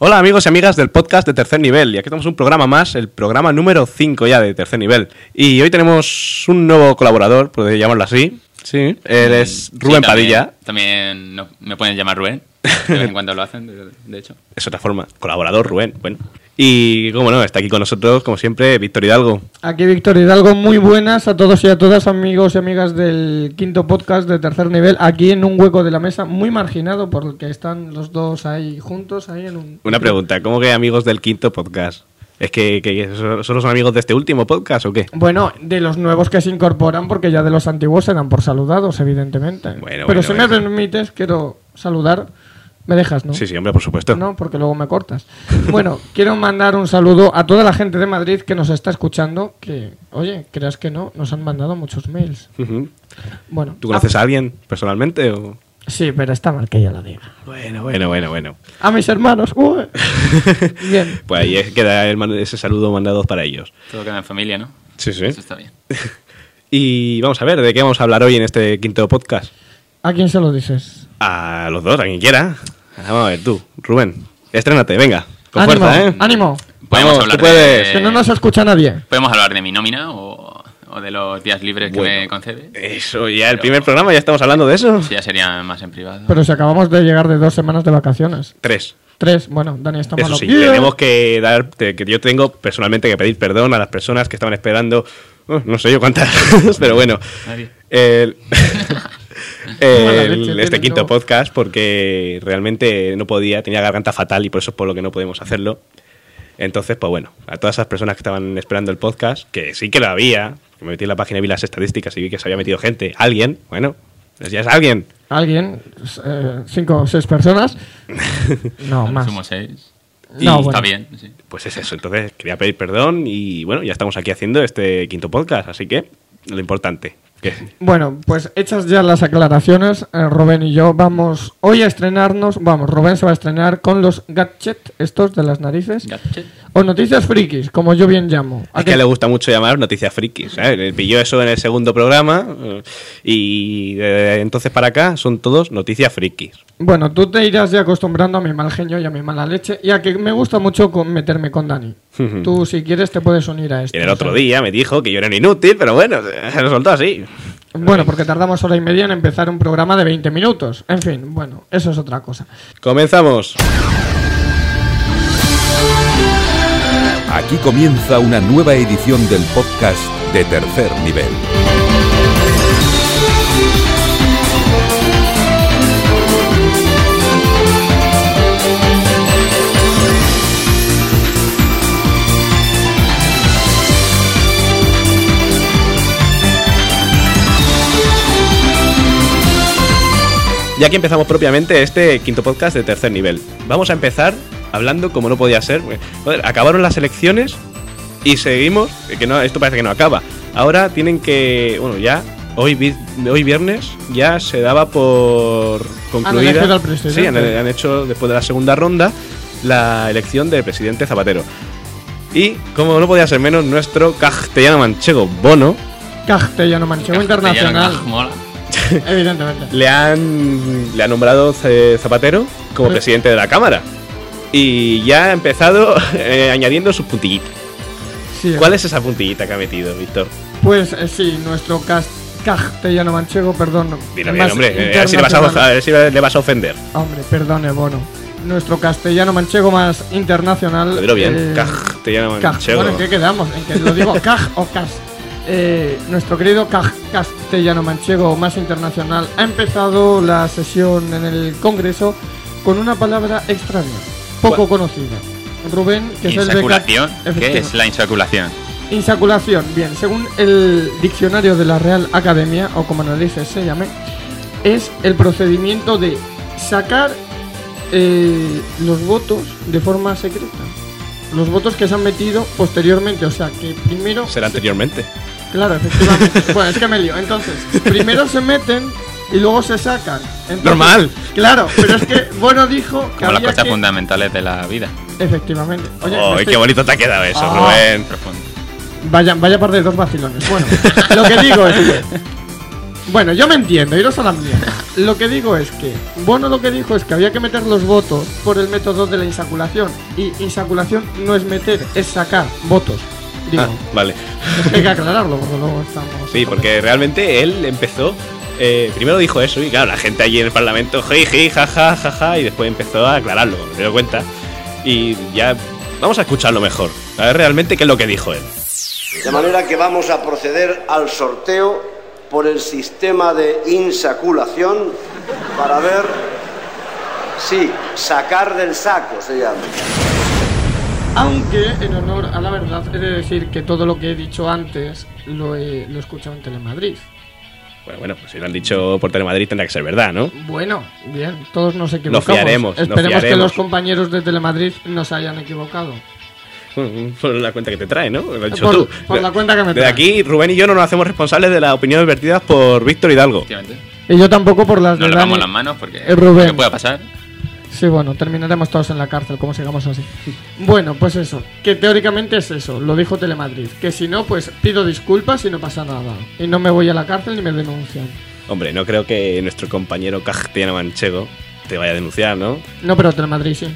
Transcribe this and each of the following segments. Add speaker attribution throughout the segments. Speaker 1: Hola amigos y amigas del podcast de tercer nivel. Y aquí tenemos un programa más, el programa número 5 ya de tercer nivel. Y hoy tenemos un nuevo colaborador, por llamarlo así. Sí. Él es
Speaker 2: Sí,
Speaker 1: Rubén
Speaker 2: también-
Speaker 1: Padilla.
Speaker 2: También no- me pueden llamar Rubén. De vez en cuando lo hacen, de, de hecho.
Speaker 1: Es otra forma. Colaborador Rubén, bueno. Y como no, está aquí con nosotros, como siempre, Víctor Hidalgo.
Speaker 3: Aquí Víctor Hidalgo, muy buenas a todos y a todas, amigos y amigas del quinto podcast de tercer nivel, aquí en un hueco de la mesa, muy marginado porque están los dos ahí juntos, ahí en un...
Speaker 1: Una pregunta, ¿cómo que amigos del quinto podcast? ¿Es que, que so- solo son amigos de este último podcast o qué?
Speaker 3: Bueno, de los nuevos que se incorporan, porque ya de los antiguos se dan por saludados, evidentemente.
Speaker 1: Bueno,
Speaker 3: Pero
Speaker 1: bueno,
Speaker 3: si me
Speaker 1: bueno.
Speaker 3: permites, quiero saludar. ¿Me dejas, no?
Speaker 1: Sí, sí, hombre, por supuesto.
Speaker 3: No, porque luego me cortas. Bueno, quiero mandar un saludo a toda la gente de Madrid que nos está escuchando, que, oye, creas que no, nos han mandado muchos mails.
Speaker 1: Ujú.
Speaker 3: Bueno,
Speaker 1: ¿Tú conoces a alguien personalmente o...?
Speaker 3: Sí, pero está mal que yo lo diga.
Speaker 1: Bueno, bueno, bueno, bueno.
Speaker 3: A mis hermanos. ué. Bien.
Speaker 1: Pues ahí es- queda el man- ese saludo mandado para ellos.
Speaker 2: Todo queda en familia, ¿no?
Speaker 1: Sí, sí.
Speaker 2: Eso está bien.
Speaker 1: Y vamos a ver, ¿de qué vamos a hablar hoy en este quinto podcast?
Speaker 3: ¿A quién se lo dices?
Speaker 1: A los dos, a quien quiera. Vamos a ver, tú, Rubén, estrénate, venga, con
Speaker 3: ánimo,
Speaker 1: fuerza, ¿eh?
Speaker 3: ánimo.
Speaker 2: Podemos
Speaker 1: Vamos,
Speaker 2: hablar
Speaker 1: tú puedes.
Speaker 2: de-
Speaker 3: Que no nos escucha nadie.
Speaker 2: Podemos hablar de mi nómina o, o de los días libres
Speaker 1: Bueno.
Speaker 2: que me concede.
Speaker 1: Eso, ya el
Speaker 2: Pero-
Speaker 1: primer programa, ya estamos hablando de eso.
Speaker 2: Eso ya sería más en privado.
Speaker 3: Pero si acabamos de llegar de dos semanas de vacaciones.
Speaker 1: Tres.
Speaker 3: Tres. Bueno, Dani está
Speaker 1: Eso
Speaker 3: malo.
Speaker 1: sí,
Speaker 3: Bien.
Speaker 1: tenemos que dar, te- que yo tengo personalmente que pedir perdón a las personas que estaban esperando, uh, no sé yo cuántas, pero bueno,
Speaker 2: Nadie.
Speaker 1: el-
Speaker 3: Mala
Speaker 1: el-
Speaker 3: leche
Speaker 1: este
Speaker 3: tienes,
Speaker 1: quinto
Speaker 3: ¿no?
Speaker 1: podcast porque realmente no podía, tenía garganta fatal y por eso es por lo que no podemos hacerlo. Entonces, pues bueno, a todas esas personas que estaban esperando el podcast, que sí que lo había, que me metí en la página y vi las estadísticas y vi que se había metido gente, alguien, bueno, pues ya es alguien.
Speaker 3: Alguien, eh, cinco o seis personas. No, más.
Speaker 2: Somos seis.
Speaker 3: No,
Speaker 2: Y
Speaker 3: bueno.
Speaker 2: está bien. sí.
Speaker 1: Pues es eso, entonces quería pedir perdón y bueno, ya estamos aquí haciendo este quinto podcast, así que lo importante. Que,
Speaker 3: Bueno, pues hechas ya las aclaraciones, eh, Rubén y yo vamos hoy a estrenarnos. Vamos, Rubén se va a estrenar con los gadget, estos de las narices.
Speaker 2: Gadget.
Speaker 3: O noticias frikis, como yo bien llamo. ¿A
Speaker 1: es
Speaker 3: qué-
Speaker 1: que le gusta mucho llamar noticias frikis, ¿sabes? Le Pilló eso en el segundo programa eh, y de entonces para acá son todos noticias frikis.
Speaker 3: Bueno, tú te irás ya acostumbrando a mi mal genio y a mi mala leche y a que me gusta mucho con- meterme con Dani. tú, si quieres, te puedes unir a esto.
Speaker 1: Y en el otro
Speaker 3: ¿sabes?
Speaker 1: día me dijo que yo era un inútil, pero bueno, se lo soltó así.
Speaker 3: Bueno, porque tardamos hora y media en empezar un programa de 20 minutos. En fin, bueno, eso es otra cosa.
Speaker 1: Comenzamos.
Speaker 4: Aquí comienza una nueva edición del podcast de tercer nivel.
Speaker 1: Y aquí empezamos propiamente este quinto podcast de tercer nivel. Vamos a empezar hablando como no podía ser. porque, joder, acabaron las elecciones y seguimos. Que no, esto parece que no acaba. Ahora tienen que. Bueno, ya. Hoy, vi- hoy viernes ya se daba por concluida.
Speaker 3: elegido al presidente.
Speaker 1: Sí, han, han hecho después de la segunda ronda la elección del presidente Zapatero. Y como no podía ser menos, nuestro castellano manchego Bono
Speaker 3: Castellano Manchego Internacional,
Speaker 2: Castellano, mola.
Speaker 3: evidentemente.
Speaker 1: le han, le han nombrado eh, Zapatero como
Speaker 3: Sí.
Speaker 1: presidente de la Cámara. Y ya ha empezado eh, añadiendo sus puntillitas.
Speaker 3: Sí,
Speaker 1: ¿Cuál es esa puntillita que ha metido, Víctor?
Speaker 3: Pues eh, sí, nuestro cas- castellano manchego, perdón.
Speaker 1: Dilo bien,
Speaker 3: más
Speaker 1: hombre. eh, A ver, si le vas a,
Speaker 3: internacional.
Speaker 1: a ver si le vas a ofender.
Speaker 3: Hombre, perdone, bono. Nuestro castellano manchego más internacional.
Speaker 1: Dilo bien.
Speaker 3: eh,
Speaker 1: Castellano
Speaker 3: Caj.
Speaker 1: manchego.
Speaker 3: Bueno, ¿en qué quedamos? ¿En que lo digo Caj o Cas? Eh, nuestro querido Caj castellano manchego más internacional ha empezado la sesión en el Congreso con una palabra extraña, poco conocida. Rubén, que es el
Speaker 2: Insaculación.
Speaker 3: beca-
Speaker 2: ¿Qué
Speaker 3: Efectivamente.
Speaker 2: es la insaculación?
Speaker 3: Insaculación, bien, según el diccionario de la Real Academia, o como analices se llame, es el procedimiento de sacar eh, los votos de forma secreta. Los votos que se han metido posteriormente, o sea que primero.
Speaker 1: Será
Speaker 3: se-
Speaker 1: anteriormente.
Speaker 3: Claro, efectivamente. bueno, es que me lío. Entonces, primero se meten y luego se sacan. Entonces-
Speaker 1: Normal.
Speaker 3: Claro, pero es que bueno dijo que
Speaker 2: Como las
Speaker 3: había
Speaker 2: cosas
Speaker 3: que-
Speaker 2: fundamentales de la vida.
Speaker 3: Efectivamente. Oye, me
Speaker 1: Oh,
Speaker 3: estoy-
Speaker 1: qué bonito te ha quedado eso,
Speaker 3: Ah.
Speaker 1: Rubén.
Speaker 2: Profundo.
Speaker 3: Vaya, vaya par de dos vacilones. Bueno, lo que digo es que Bueno, yo me entiendo, iros a la mierda. Lo que digo es que, bueno, lo que dijo es que había que meter los votos por el método de la insaculación. Y insaculación no es meter, es sacar votos. Digo,
Speaker 1: Ah, vale.
Speaker 3: es que hay que aclararlo, porque luego estamos.
Speaker 1: Sí, porque realmente él empezó. eh, primero dijo eso y claro, la gente allí en el Parlamento, jiji, jaja, jaja, y después empezó a aclararlo, me dio cuenta. Y ya vamos a escucharlo mejor, a ver realmente qué es lo que dijo él.
Speaker 5: De manera que vamos a proceder al sorteo por el sistema de insaculación para ver si sacar del saco se llama.
Speaker 3: Aunque, en honor a la verdad, he de decir que todo lo que he dicho antes lo he, lo he escuchado en Telemadrid.
Speaker 1: Bueno, bueno, pues si lo han dicho por Telemadrid tendrá que ser verdad, ¿no?
Speaker 3: Bueno, bien, todos nos equivocamos.
Speaker 1: fiaremos, nos
Speaker 3: Esperemos que
Speaker 1: fiaremos.
Speaker 3: los compañeros de Telemadrid nos hayan equivocado.
Speaker 1: Por la cuenta que te trae, ¿no? Lo has dicho
Speaker 3: Por-
Speaker 1: tú.
Speaker 3: por la cuenta que me
Speaker 1: Desde
Speaker 3: trae.
Speaker 1: aquí, Rubén y yo no nos hacemos responsables de las opiniones vertidas por Víctor Hidalgo.
Speaker 2: Efectivamente.
Speaker 3: Y yo tampoco por las
Speaker 2: Nos
Speaker 3: de
Speaker 2: lavamos
Speaker 3: Dani.
Speaker 2: las manos porque
Speaker 3: Eh, Rubén.
Speaker 2: ¿qué pueda pasar?
Speaker 3: Sí, bueno, terminaremos todos en la cárcel, como sigamos así. Bueno, pues eso, que teóricamente es eso, lo dijo Telemadrid, que si no, pues pido disculpas y no pasa nada. Y no me voy a la cárcel ni me denuncian.
Speaker 1: Hombre, no creo que nuestro compañero castellano manchego te vaya a denunciar, ¿no?
Speaker 3: No, pero Telemadrid sí.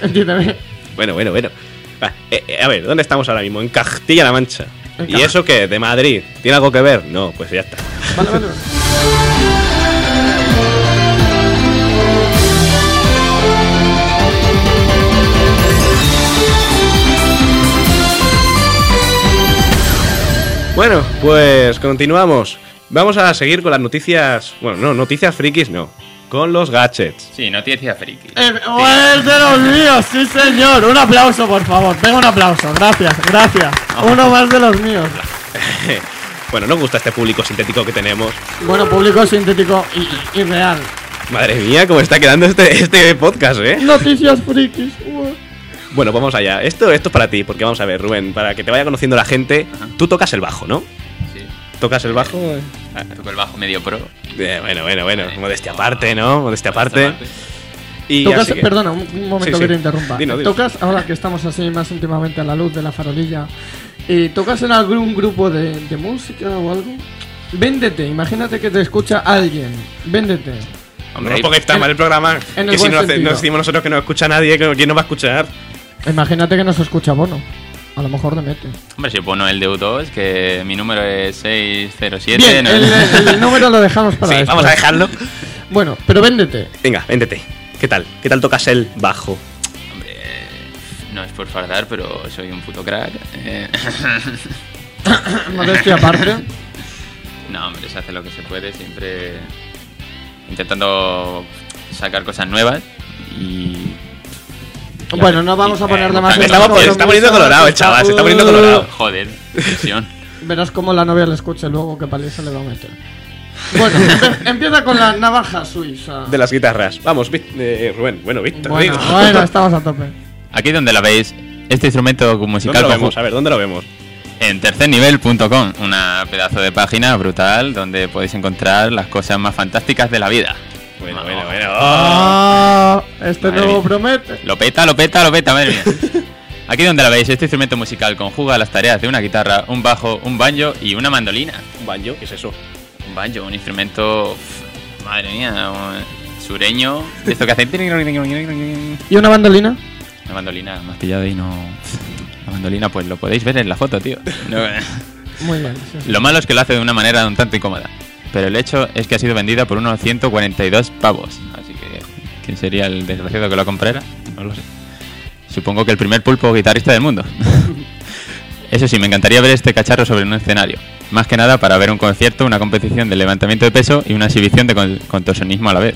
Speaker 3: Entiéndeme.
Speaker 1: Bueno, bueno, bueno. Va, eh, eh, a ver, ¿dónde estamos ahora mismo? En Castilla-La Mancha.
Speaker 3: En
Speaker 1: ¿Y
Speaker 3: Ca-
Speaker 1: eso qué? ¿De Madrid? ¿Tiene algo que ver? No, pues ya está.
Speaker 3: Vale, vale, vale.
Speaker 1: Bueno, pues continuamos. Vamos a seguir con las noticias. Bueno, no, noticias frikis no. Con los gadgets.
Speaker 2: Sí, no tiene friki.
Speaker 3: Eh, ¡Pues de los míos! ¡Sí, señor! Un aplauso, por favor. Venga, un aplauso. Gracias, gracias. Uno más de los míos.
Speaker 1: Bueno, no gusta este público sintético que tenemos.
Speaker 3: Bueno, público sintético y, y real.
Speaker 1: Madre mía, cómo está quedando este, este podcast, ¿eh?
Speaker 3: Noticias frikis. Uah.
Speaker 1: Bueno, pues vamos allá. Esto, esto es para ti, porque vamos a ver, Rubén, para que te vaya conociendo la gente,
Speaker 2: Ajá.
Speaker 1: tú tocas el bajo, ¿no?
Speaker 2: Sí.
Speaker 1: ¿Tocas el bajo?
Speaker 2: Toco el bajo medio pro.
Speaker 1: Eh, bueno, bueno, bueno.
Speaker 2: Eh,
Speaker 1: Modestia
Speaker 2: no.
Speaker 1: aparte, ¿no? Modestia
Speaker 2: este
Speaker 1: aparte. Y
Speaker 3: Tocas,
Speaker 1: así que-
Speaker 3: Perdona, un, un momento
Speaker 1: Sí,
Speaker 3: que
Speaker 1: sí.
Speaker 3: te interrumpa.
Speaker 1: Dino, dino.
Speaker 3: Tocas, ahora que estamos así más íntimamente a la luz de la farolilla, eh, ¿tocas en algún grupo de, de música o algo? Véndete, imagínate que te escucha alguien. Véndete.
Speaker 1: Hombre, no
Speaker 2: ahí-
Speaker 1: porque está
Speaker 3: en-
Speaker 1: mal el programa.
Speaker 3: en el
Speaker 1: que si
Speaker 3: buen
Speaker 1: no, hace-
Speaker 3: sentido.
Speaker 1: no decimos nosotros que no escucha nadie, que- ¿quién nos va a escuchar?
Speaker 3: Imagínate que nos escucha Bono. A lo mejor te mete.
Speaker 2: Hombre, si pono el DU2, que mi número es 607.
Speaker 3: Bien,
Speaker 2: no-
Speaker 3: el, el número lo dejamos para
Speaker 1: sí,
Speaker 3: después.
Speaker 1: vamos a dejarlo.
Speaker 3: Bueno, pero véndete.
Speaker 1: Venga, véndete. ¿Qué tal? ¿Qué tal tocas el bajo?
Speaker 2: Hombre, no es por fardar, pero soy un puto crack. Eh,
Speaker 3: Modestia aparte.
Speaker 2: no, hombre, se hace lo que se puede, siempre intentando sacar cosas nuevas y...
Speaker 3: Bueno, no vamos a ponerle más
Speaker 1: Se
Speaker 2: Se
Speaker 1: Eh, está,
Speaker 2: está-
Speaker 1: se está poniendo colorado el chaval, se está poniendo
Speaker 3: Uh,
Speaker 1: colorado.
Speaker 2: Joder, presión.
Speaker 3: Verás cómo la novia le escuche luego que paliza le va a meter. Bueno, empe- empieza con la navaja suiza.
Speaker 1: De las guitarras. Vamos, Vic- eh, Rubén. Bueno, Víctor.
Speaker 3: Bueno,
Speaker 1: digo.
Speaker 3: bueno, estamos a tope.
Speaker 2: Aquí donde la veis, este instrumento
Speaker 1: ¿Dónde
Speaker 2: musical
Speaker 1: lo
Speaker 2: conju-
Speaker 1: vemos? A ver, ¿dónde lo vemos?
Speaker 2: en tercernivel.com, una pedazo de página brutal donde podéis encontrar las cosas más fantásticas de la vida.
Speaker 1: Bueno,
Speaker 2: Vamos.
Speaker 1: bueno, bueno.
Speaker 3: Ah, este
Speaker 2: Madre
Speaker 3: nuevo
Speaker 2: mía.
Speaker 3: promete.
Speaker 2: Lo peta, lo peta, lo peta, madre mía. Aquí donde la veis, este instrumento musical conjuga las tareas de una guitarra, un bajo, un banjo y una mandolina.
Speaker 1: Oh, ¿Un banjo? ¿Qué es eso?
Speaker 2: Un banjo, un instrumento, pf, madre mía, un sureño. de Esto que hace... Una
Speaker 3: ¿Y una bandolina?
Speaker 2: mandolina, más pillado ahí no... La mandolina, pues lo podéis ver en la foto, tío. No, eh.
Speaker 3: Muy bien. sí, sí.
Speaker 2: Lo malo es que lo hace de una manera un tanto incómoda. Pero el hecho es que ha sido vendida por unos 142 pavos. Así que, ¿quién sería el desgraciado que lo comprara? No lo sé. Supongo que el primer pulpo guitarrista del mundo. Eso sí, me encantaría ver este cacharro sobre un escenario. Más que nada para ver un concierto, una competición de levantamiento de peso y una exhibición de con- contorsionismo a la vez.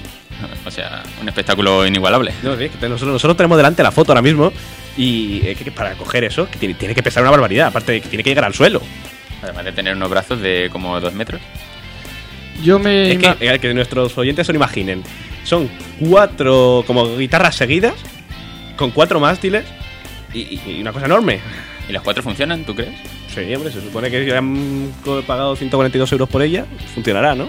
Speaker 2: O sea, un espectáculo inigualable.
Speaker 1: No, sí, que te- nosotros, nosotros tenemos delante la foto ahora mismo y eh, que- que para coger eso que tiene, tiene que pesar una barbaridad, aparte de que tiene que llegar al suelo.
Speaker 2: Además de tener unos brazos de como dos metros.
Speaker 3: Yo me.
Speaker 1: Es que, eh, que nuestros oyentes se lo imaginen. Son cuatro como guitarras seguidas, con cuatro mástiles y, y- y una cosa enorme.
Speaker 2: ¿Y las cuatro funcionan, tú crees?
Speaker 1: Sí, hombre, se supone que si han co- pagado 142 euros por ella, funcionará, ¿no?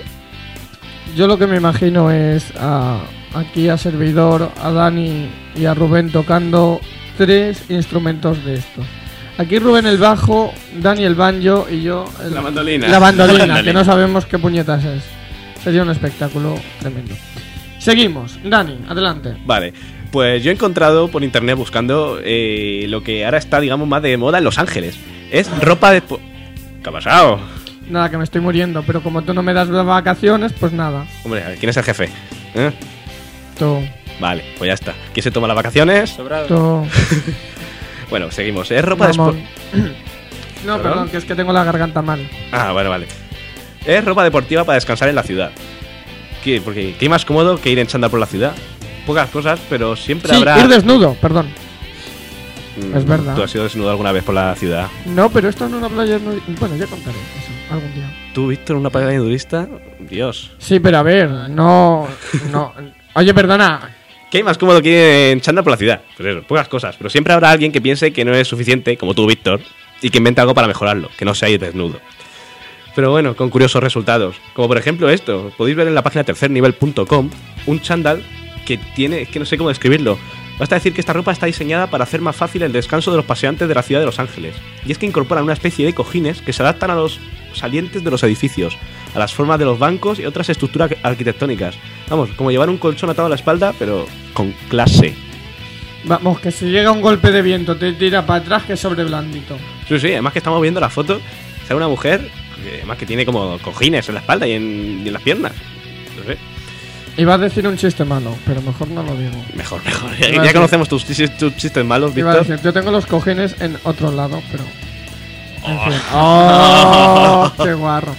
Speaker 3: Yo lo que me imagino es a, aquí a Servidor, a Dani y a Rubén tocando tres instrumentos de estos. Aquí Rubén el bajo, Dani el banjo y yo el-
Speaker 1: La mandolina.
Speaker 3: La
Speaker 2: La
Speaker 3: bandolina,
Speaker 2: mandolina.
Speaker 3: que no sabemos qué puñetas es. Sería un espectáculo tremendo. Seguimos. Dani, adelante.
Speaker 1: Vale, pues yo he encontrado por internet buscando eh, lo que ahora está, digamos, más de moda en Los Ángeles. Es ropa de... po- ¿Qué ha pasado?
Speaker 3: Nada, que me estoy muriendo, pero como tú no me das vacaciones, pues nada.
Speaker 1: Hombre, a ver, ¿quién es el jefe? ¿Eh?
Speaker 3: Tú,
Speaker 1: Vale, pues ya está. ¿Quién se toma las vacaciones?
Speaker 3: tú.
Speaker 1: Bueno, seguimos. Es ropa de...
Speaker 3: mamón.
Speaker 1: espo-
Speaker 3: No,
Speaker 1: ¿Perdón?
Speaker 3: perdón, que es que tengo la garganta mal.
Speaker 1: Ah, vale, vale. Es ropa deportiva para descansar en la ciudad. ¿Qué? Porque qué más cómodo que ir en chándal por la ciudad. Pocas cosas, pero siempre
Speaker 3: Sí,
Speaker 1: habrá...
Speaker 3: ir desnudo, perdón.
Speaker 1: Mm,
Speaker 3: es verdad.
Speaker 1: Tú has ido desnudo alguna vez por la ciudad.
Speaker 3: No, pero esto en una playa no... Bueno, ya contaré eso algún día.
Speaker 1: ¿Tú, Víctor, en una playa nudista? Dios.
Speaker 3: Sí, pero a ver, no... no. Oye, perdona.
Speaker 1: ¿Qué hay más cómodo que ir en chándal por la ciudad? Pues eso, pocas cosas. Pero siempre habrá alguien que piense que no es suficiente, como tú, Víctor, y que invente algo para mejorarlo, que no sea ir desnudo. Pero bueno, con curiosos resultados. Como por ejemplo esto. Podéis ver en la página tercernivel.com un chándal que tiene, es que no sé cómo describirlo. Basta decir que esta ropa está diseñada para hacer más fácil el descanso de los paseantes de la ciudad de Los Ángeles. Y es que incorporan una especie de cojines que se adaptan a los salientes de los edificios, a las formas de los bancos y otras estructuras arquitectónicas. Vamos, como llevar un colchón atado a la espalda, pero con clase.
Speaker 3: Vamos, que si llega un golpe de viento te tira para atrás que sobre blandito.
Speaker 1: Sí, sí, además que estamos viendo la foto, sale una mujer, que además que tiene como cojines en la espalda y en, y en las piernas. No sé.
Speaker 3: Iba a decir un chiste malo, pero mejor no lo digo.
Speaker 1: Mejor, mejor.
Speaker 3: a
Speaker 1: Ya,
Speaker 3: decir-
Speaker 1: conocemos tus, chis- tus chistes malos,
Speaker 3: Iba a
Speaker 1: Víctor.
Speaker 3: decir, yo tengo los cojines en otro lado, pero. En fin. ¡Oh! ¡Qué guarro!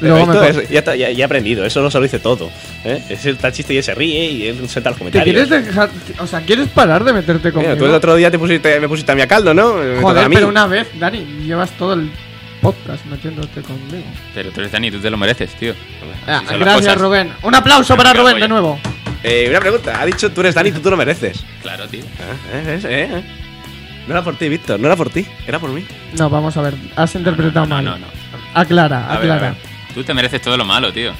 Speaker 1: Pero
Speaker 3: Luego me
Speaker 1: Víctor
Speaker 3: pon-
Speaker 1: es- ya, está- ya- ya he aprendido, eso no se lo dice todo. ¿eh? Es el tal chiste y se ríe y él suelta los
Speaker 3: ¿Te
Speaker 1: comentarios.
Speaker 3: quieres dejar.? O sea, ¿quieres parar de meterte
Speaker 1: Mira,
Speaker 3: conmigo?
Speaker 1: tú el otro día te pusiste, me pusiste a mí a caldo, ¿no? Me tocaba a
Speaker 3: Joder,
Speaker 1: mí.
Speaker 3: pero una vez, Dani, llevas todo el podcast metiéndote conmigo.
Speaker 2: Pero tú eres Dani, tú te lo mereces, tío.
Speaker 3: Ah,
Speaker 1: Así son las
Speaker 3: gracias,
Speaker 1: cosas.
Speaker 3: Rubén. Un aplauso para
Speaker 2: Venga,
Speaker 3: Rubén
Speaker 2: voy.
Speaker 3: de nuevo.
Speaker 1: Eh, una pregunta, ha dicho tú eres Dani, tú, tú lo mereces.
Speaker 2: Claro, tío.
Speaker 1: Ah, eh, eh, eh, eh. No era por ti, Víctor, no era por ti, era por mí.
Speaker 3: No, vamos a ver, has interpretado
Speaker 2: No,
Speaker 3: mal.
Speaker 2: no, no.
Speaker 3: Aclara,
Speaker 2: A ver, a
Speaker 3: aclara.
Speaker 2: ver. Tú te mereces todo lo malo, tío.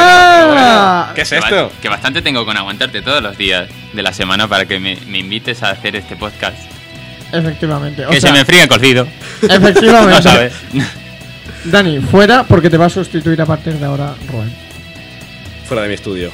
Speaker 3: ¡Ah!
Speaker 1: ¿Qué es
Speaker 2: Que ba-
Speaker 1: esto?
Speaker 2: que bastante tengo con aguantarte todos los días de la semana para que me, me invites a hacer este podcast.
Speaker 3: Efectivamente. O
Speaker 2: que
Speaker 3: sea,
Speaker 2: se me enfría el cocido.
Speaker 3: efectivamente.
Speaker 2: No sabes.
Speaker 3: Dani, fuera porque te va a sustituir a partir de ahora Rubén.
Speaker 1: Fuera de mi estudio.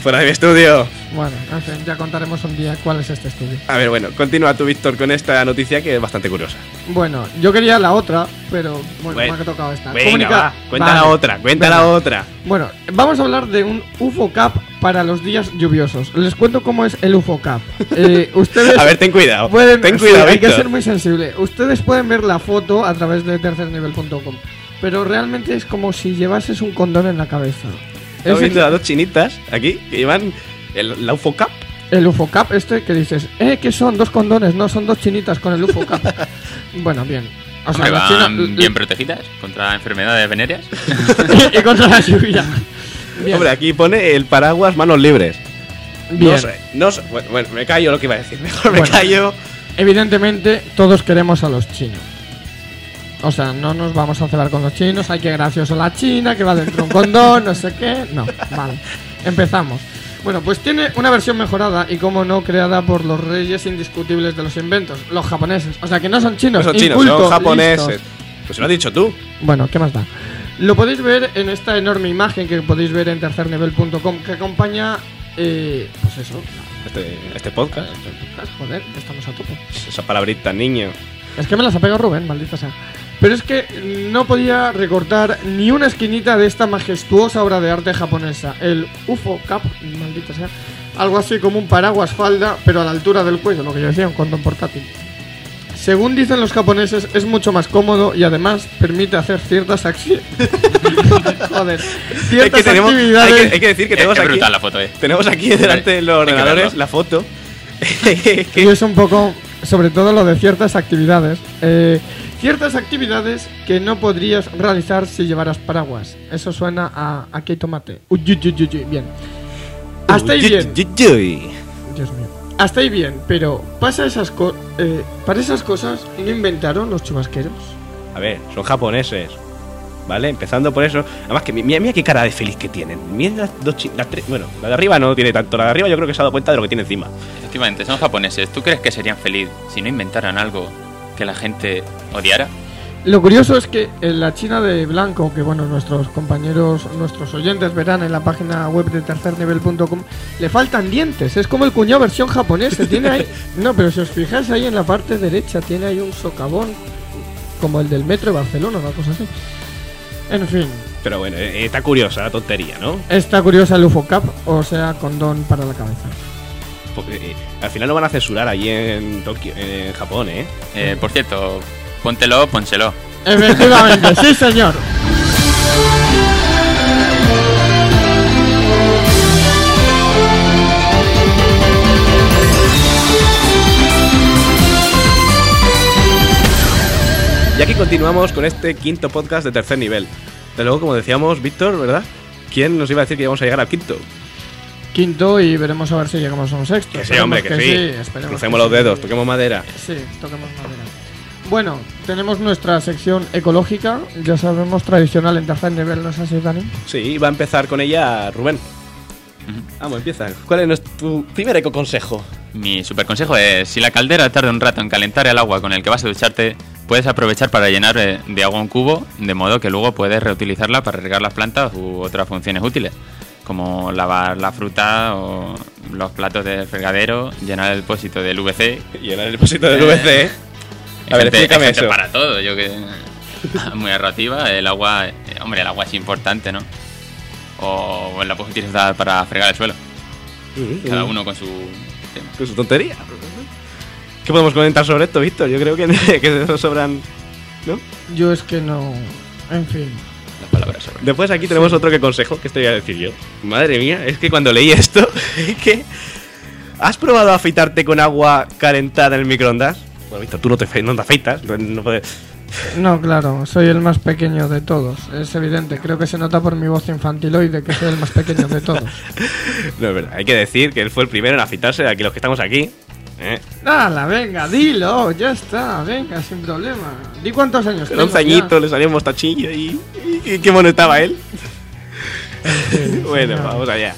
Speaker 1: Fuera de mi estudio.
Speaker 3: Bueno, en fin, ya contaremos un día cuál es este estudio.
Speaker 1: A ver, bueno, continúa tú, Víctor, con esta noticia que es bastante curiosa.
Speaker 3: Bueno, yo quería la otra, pero bueno,
Speaker 1: Bueno,
Speaker 3: me ha tocado esta.
Speaker 1: Venga,
Speaker 3: Comunica-
Speaker 1: va, cuenta la
Speaker 3: Vale.
Speaker 1: otra, cuenta la
Speaker 3: Venga.
Speaker 1: otra.
Speaker 3: Bueno, vamos a hablar de un UFO Cup para los días lluviosos. Les cuento cómo es el UFO Cup. Eh, ustedes
Speaker 1: A ver, ten cuidado.
Speaker 3: pueden,
Speaker 1: ten
Speaker 3: sí,
Speaker 1: cuidado,
Speaker 3: hay que
Speaker 1: Víctor.
Speaker 3: ser muy sensible. Ustedes pueden ver la foto a través de tercernivel.com, pero realmente es como si llevases un condón en la cabeza.
Speaker 1: Estamos
Speaker 3: Es el-
Speaker 1: viendo a dos chinitas aquí que llevan el, la UFO Cup.
Speaker 3: El UFO Cup, este que dices, eh, que son dos condones, no, son dos chinitas con el UFO Cup. bueno, bien. O
Speaker 2: Hombre,
Speaker 3: la
Speaker 2: van
Speaker 3: china-
Speaker 2: bien protegidas contra enfermedades venéreas.
Speaker 3: y contra la lluvia. Bien,
Speaker 1: Hombre, aquí pone el paraguas manos libres.
Speaker 3: bien.
Speaker 1: No sé, no sé- Bueno, bueno, me callo lo que iba a decir. Mejor me
Speaker 3: Bueno.
Speaker 1: callo.
Speaker 3: Evidentemente, todos queremos a los chinos. O sea, no nos vamos a cebar con los chinos. Hay que gracioso la China, que va dentro de un condón, no sé qué. No, vale. Empezamos. Bueno, pues tiene una versión mejorada y, como no, creada por los reyes indiscutibles de los inventos, los japoneses. O sea, que no son
Speaker 1: No
Speaker 3: chinos,
Speaker 1: son chinos,
Speaker 3: incultos,
Speaker 1: son japoneses.
Speaker 3: listos.
Speaker 1: Pues lo has dicho tú.
Speaker 3: Bueno, ¿qué más da? Lo podéis ver en esta enorme imagen que podéis ver en tercernivel.com que acompaña, eh, pues eso,
Speaker 1: Este, este podcast.
Speaker 3: joder, estamos a tope.
Speaker 1: Esa palabrita, niño.
Speaker 3: Es que me las ha pegado Rubén, maldita sea. Pero es que no podía recortar ni una esquinita de esta majestuosa obra de arte japonesa, el UFO Cup, maldita sea. Algo así como un paraguas falda, pero a la altura del cuello, lo que yo decía, un condón portátil. Según dicen los japoneses, es mucho más cómodo y además permite hacer ciertas acciones. Joder,
Speaker 1: Hay que,
Speaker 3: ciertas
Speaker 1: tenemos, hay,
Speaker 3: actividades.
Speaker 1: que, hay que decir que
Speaker 2: es
Speaker 1: tenemos
Speaker 2: es
Speaker 1: aquí.
Speaker 2: brutal la foto, eh.
Speaker 1: Tenemos aquí delante de los
Speaker 2: Hay que
Speaker 1: ordenadores
Speaker 2: verlo.
Speaker 1: la foto.
Speaker 3: Y es un poco, sobre todo lo de ciertas actividades. Eh, ciertas actividades que no podrías realizar si llevaras paraguas. Eso suena a aquí hay tomate. Uy, uy, uy, uy, uy, Bien. Hasta ahí
Speaker 1: Uy,
Speaker 3: Ah, bien.
Speaker 1: uy, uy.
Speaker 3: Dios mío. Hasta ahí bien, pero pasa esas co- eh, para esas cosas no inventaron los chubasqueros.
Speaker 1: A ver, son japoneses. ¿Vale? Empezando por eso. Además, que mi- mira, mira qué cara de feliz que tienen. Mira las dos chi- las tres. Bueno, la de arriba no tiene tanto. La de arriba yo creo que se ha dado cuenta de lo que tiene encima.
Speaker 2: Efectivamente, son japoneses. ¿Tú crees que serían feliz si no inventaran algo que la gente odiara.
Speaker 3: Lo curioso es que en la China de Blanco, que bueno, nuestros compañeros, nuestros oyentes verán en la página web de tercernivel.com, le faltan dientes. Es como el cuñado versión japonesa. Tiene ahí. No, pero si os fijáis ahí en la parte derecha, tiene ahí un socavón como el del metro de Barcelona, una cosa así. En fin,
Speaker 1: Pero bueno, eh, está curiosa la tontería, ¿no?
Speaker 3: está curiosa el UFO Cap, o sea, condón para la cabeza.
Speaker 1: Porque, eh, al final lo van a censurar allí en Tokio, en Japón, ¿eh?
Speaker 3: Mm.
Speaker 2: Eh, por cierto, póntelo, pónselo.
Speaker 3: Efectivamente, sí, señor.
Speaker 1: Y aquí continuamos con este quinto podcast de tercer nivel. De luego, como decíamos, Víctor, ¿verdad? ¿Quién nos iba a decir que íbamos a llegar al quinto?
Speaker 3: Quinto y veremos a ver si llegamos a un sexto.
Speaker 1: Que sí,
Speaker 3: Esperemos
Speaker 1: hombre, que, sí.
Speaker 3: esperemos
Speaker 1: Crucemos
Speaker 3: que
Speaker 1: los
Speaker 3: sí.
Speaker 1: dedos, toquemos madera.
Speaker 3: Sí, toquemos madera. Bueno, tenemos nuestra sección ecológica, ya sabemos, tradicional en tercer nivel, ¿no es así, Dani?
Speaker 1: Sí, va a empezar con ella Rubén. Vamos, Ah, pues empieza. ¿Cuál es tu primer ecoconsejo?
Speaker 2: Mi super consejo es, si la caldera tarda un rato en calentar el agua con el que vas a ducharte, puedes aprovechar para llenar eh, de agua un cubo, de modo que luego puedes reutilizarla para regar las plantas u otras funciones útiles, como lavar la fruta o los platos de fregadero, llenar el depósito del VC.
Speaker 1: Y era el depósito del VC. ¿eh?
Speaker 2: Hay
Speaker 1: A ver,
Speaker 2: gente- hay
Speaker 1: explícame
Speaker 2: gente
Speaker 1: eso.
Speaker 2: para todo, yo que... Muy errativa, el agua... eh, Hombre, el agua es importante, ¿no? O la puedes utilizar para fregar el suelo,
Speaker 1: Eh.
Speaker 2: cada
Speaker 1: Mm.
Speaker 2: uno con su... tema.
Speaker 1: Con su tontería. ¿Qué podemos comentar sobre esto, Víctor? Yo creo que, que nos sobran. ¿No?
Speaker 3: Yo es que no. En fin.
Speaker 2: Las palabras sobre...
Speaker 1: Después aquí tenemos otro que consejo, que esto voy a decir yo. Madre mía, es que cuando leí esto, es que. ¿Has probado afeitarte con agua calentada en el microondas? Bueno, Víctor, tú no te, afe- no te afeitas. no- no puedes-
Speaker 3: No, claro, soy el más pequeño de todos. Es evidente, creo que se nota por mi voz infantiloide que soy el más pequeño de todos.
Speaker 1: No, es verdad. Hay que decir que él fue el primero en afeitarse de aquí, los que estamos aquí. ¿eh?
Speaker 3: Dala, venga, dilo, ya está, venga, sin problema. ¿Di cuántos años
Speaker 1: Con 11
Speaker 3: tengo ya?
Speaker 1: añitos le salió un mostachillo y, y- y qué mono estaba él. bueno,
Speaker 3: señor.
Speaker 1: vamos allá.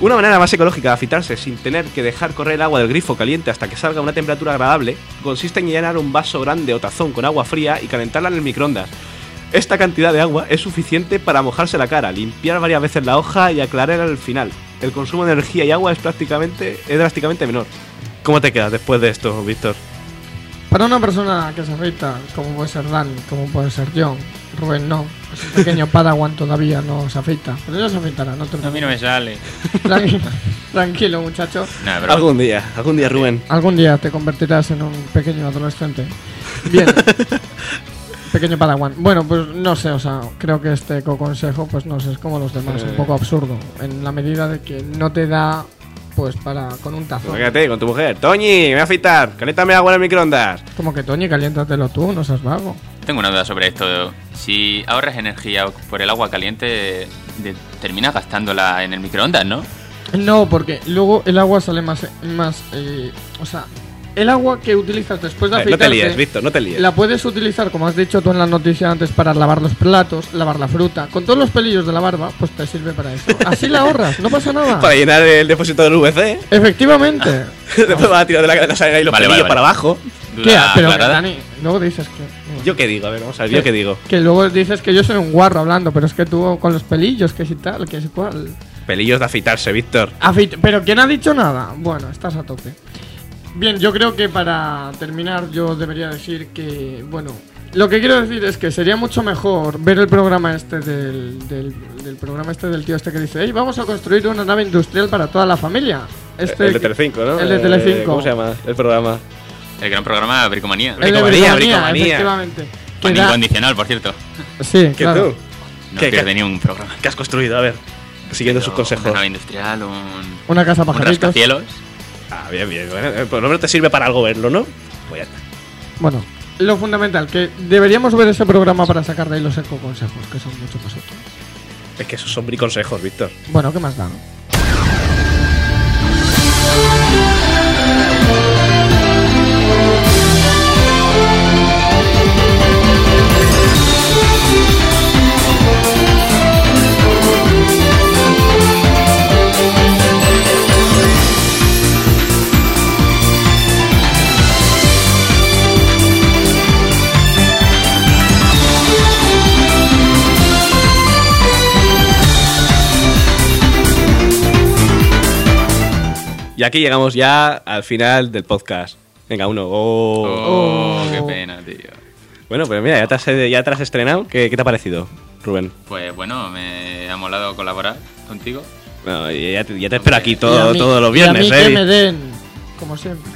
Speaker 1: Una manera más ecológica de afeitarse sin tener que dejar correr el agua del grifo caliente hasta que salga a una temperatura agradable consiste en llenar un vaso grande o tazón con agua fría y calentarla en el microondas. Esta cantidad de agua es suficiente para mojarse la cara, limpiar varias veces la hoja y aclarar al final. El consumo de energía y agua es prácticamente es drásticamente menor. ¿Cómo te quedas después de esto, Víctor?
Speaker 3: Para una persona que se afeita, como puede ser Dan, como puede ser yo, Rubén no, es un pequeño padawan todavía, no se afeita. Pero ya se afeitará, no te
Speaker 2: A mí no me sale.
Speaker 3: preocupes. Tranquilo, tranquilo, muchacho.
Speaker 2: Nada, broma.
Speaker 1: Algún día, algún día, Rubén.
Speaker 3: Algún día te convertirás en un pequeño adolescente. Bien. pequeño padawan. Bueno, pues no sé, o sea, creo que este eco-consejo, pues no sé, es como los demás, un poco absurdo. En la medida de que no te da, pues para, con un tazón.
Speaker 1: Fíjate con tu mujer. Toñi, me voy a afeitar. Caléntame agua en el microondas.
Speaker 3: Como que Toñi, caliéntatelo tú, no seas vago.
Speaker 2: Tengo una duda sobre esto. Si ahorras energía por el agua caliente, de- terminas gastándola en el microondas, ¿no?
Speaker 3: No, porque luego el agua sale más. más eh, o sea, el agua que utilizas después de
Speaker 1: Eh, no te
Speaker 3: afeitarte.
Speaker 1: líes, Víctor, no te líes.
Speaker 3: La puedes utilizar, como has dicho tú en la noticia antes, para lavar los platos, lavar la fruta. Con todos los pelillos de la barba, pues te sirve para eso. Así la ahorras, no pasa nada.
Speaker 1: Para llenar el depósito del VC.
Speaker 3: Efectivamente.
Speaker 1: Después vas a tirar de la cadena salga y los
Speaker 2: Vale,
Speaker 1: pelillos
Speaker 2: vale,
Speaker 1: para
Speaker 2: vale.
Speaker 1: abajo.
Speaker 2: Duda
Speaker 3: ¿Qué? Ah,
Speaker 1: Ah,
Speaker 3: Pero que,
Speaker 2: aclarada.
Speaker 3: Dani, luego dices que.
Speaker 1: ¿Yo qué digo? A ver, vamos a ver, ¿yo qué digo?
Speaker 3: Que luego dices que yo soy un guarro hablando, pero es que tú con los pelillos, que si tal, que si cual.
Speaker 1: Pelillos de afeitarse, Víctor.
Speaker 3: Afeit- Pero ¿quién ha dicho nada? Bueno, estás a tope. Bien, yo creo que para terminar yo debería decir que, bueno, lo que quiero decir es que sería mucho mejor ver el programa este del, del, del programa este del tío este que dice, hey, vamos a construir una nave industrial para toda la familia. Este
Speaker 1: el de Telecinco, ¿no?
Speaker 3: El de
Speaker 1: Eh,
Speaker 3: Telecinco.
Speaker 1: ¿Cómo se llama el programa?
Speaker 2: El gran programa Bricomanía.
Speaker 3: El de
Speaker 1: Bricomanía,
Speaker 3: Bricomanía,
Speaker 1: Bricomanía.
Speaker 3: efectivamente. Que
Speaker 2: Manía
Speaker 3: da-
Speaker 2: incondicional, por cierto.
Speaker 3: Sí,
Speaker 1: ¿Qué
Speaker 3: claro.
Speaker 1: tú?
Speaker 2: No
Speaker 1: ¿Qué-
Speaker 2: pierde
Speaker 1: qué-
Speaker 2: ni un programa.
Speaker 1: ¿Qué has construido? A ver, siguiendo sus
Speaker 2: Pero
Speaker 1: consejos.
Speaker 2: Una nave industrial, un,
Speaker 3: Una casa
Speaker 2: un
Speaker 3: pajaritos.
Speaker 2: rascacielos.
Speaker 1: Ah, bien, bien. Bueno, eh, por lo menos te sirve para algo verlo, ¿no? Pues ya está.
Speaker 3: Bueno, lo fundamental, que deberíamos ver ese programa para sacar de ahí los ecoconsejos, que son mucho más útiles.
Speaker 1: Es que esos son briconsejos, Víctor.
Speaker 3: Bueno, ¿qué más da?
Speaker 1: Y aquí llegamos ya al final del podcast. Venga, uno. Oh.
Speaker 2: Oh,
Speaker 3: Oh.
Speaker 2: qué pena, tío.
Speaker 1: Bueno, pues mira, ya te has, ya te has estrenado. ¿Qué, qué te ha parecido, Rubén?
Speaker 2: Pues bueno, me ha molado colaborar contigo.
Speaker 1: Bueno, ya, te, ya te espero aquí
Speaker 3: Y a
Speaker 1: todo,
Speaker 3: mí-
Speaker 1: todos los
Speaker 3: y a
Speaker 1: viernes,
Speaker 3: mí que me
Speaker 1: ¿eh?
Speaker 3: den, como siempre.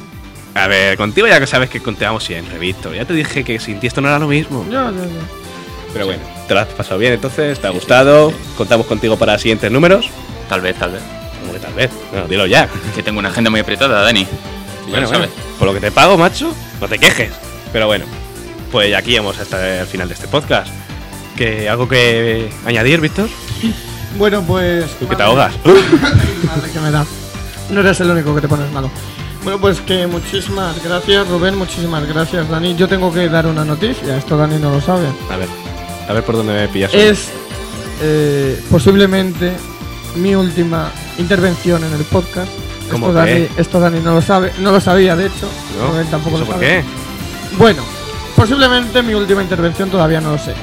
Speaker 1: A ver, contigo ya que sabes que conteamos siempre, Víctor. Ya te dije que sin ti esto no era lo mismo.
Speaker 3: Ya, ya, ya.
Speaker 1: Pero bueno, te lo has pasado bien entonces, te ha gustado. Contamos contigo para siguientes números.
Speaker 2: Tal vez, tal vez.
Speaker 1: Como que tal vez. Bueno, dilo ya.
Speaker 2: Que tengo una agenda muy apretada, Dani. Ya
Speaker 1: Bueno,
Speaker 2: lo sabes.
Speaker 1: bueno, por lo que te pago, macho, no te quejes. Pero bueno, pues aquí hemos hasta el final de este podcast. ¿Que ¿Algo que añadir, Víctor?
Speaker 3: Bueno, pues.
Speaker 1: Tú que te
Speaker 3: madre-
Speaker 1: ahogas.
Speaker 3: Madre que me da. No eres el único que te pones malo. Bueno, pues que muchísimas gracias, Rubén. Muchísimas gracias, Dani. Yo tengo que dar una noticia. Esto Dani no lo sabe.
Speaker 1: A ver, a ver por dónde me pillas. hoy.
Speaker 3: Es eh, posiblemente mi última intervención en el podcast.
Speaker 1: ¿Cómo
Speaker 3: esto,
Speaker 1: que?
Speaker 3: Dani, esto Dani no lo sabe, no lo sabía de hecho.
Speaker 1: ¿No?
Speaker 3: Rubén tampoco
Speaker 1: ¿Eso
Speaker 3: lo
Speaker 1: por
Speaker 3: sabe.
Speaker 1: qué?
Speaker 3: Bueno, posiblemente mi última intervención todavía no lo sé.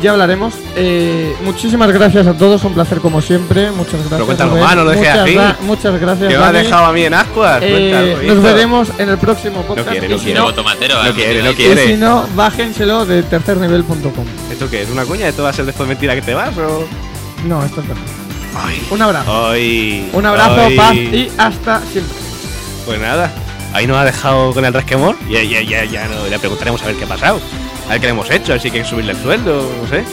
Speaker 3: Ya hablaremos. Eh, muchísimas gracias a todos, un placer como siempre. Muchas gracias.
Speaker 1: cuéntalo
Speaker 3: Rubén.
Speaker 1: más, no lo dejes
Speaker 3: muchas,
Speaker 1: así.
Speaker 3: gra- muchas gracias.
Speaker 1: Que me ha
Speaker 3: Dani.
Speaker 1: dejado a mí en ascuas.
Speaker 3: Eh,
Speaker 1: Cuéntalo,
Speaker 3: nos
Speaker 1: Víctor.
Speaker 3: veremos en el próximo podcast.
Speaker 1: quiere,
Speaker 3: y
Speaker 1: no
Speaker 3: si
Speaker 1: quiere.
Speaker 2: Quiero tomatero.
Speaker 1: No
Speaker 2: ¿eh?
Speaker 1: quiere, no
Speaker 2: Ahí.
Speaker 1: quiere.
Speaker 3: y si no, bájenselo de tercernivel.com.
Speaker 1: ¿Esto qué? ¿Es una cuña? ¿Esto va a ser después mentira que te vas? O...
Speaker 3: No, esto es verdad.
Speaker 1: Ay.
Speaker 3: Un abrazo.
Speaker 1: Ay.
Speaker 3: Un abrazo,
Speaker 1: Ay.
Speaker 3: paz y hasta siempre.
Speaker 1: Pues nada, ahí nos ha dejado con el resquemor. Ya, ya, ya, ya no, le preguntaremos a ver qué ha pasado. A ver qué le hemos hecho, así que hay que subirle el sueldo, no sé.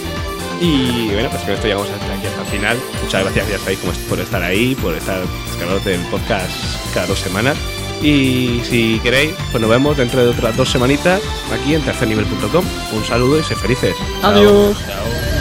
Speaker 1: Y bueno, pues con esto llegamos hasta aquí hasta el final. Muchas gracias ya sabéis, como es- por estar ahí, por estar descargados del podcast cada dos semanas. Y si queréis, pues nos vemos dentro de otras dos semanitas aquí en tercernivel.com. Un saludo y sed felices. Chao.
Speaker 3: Adiós.
Speaker 1: Chao.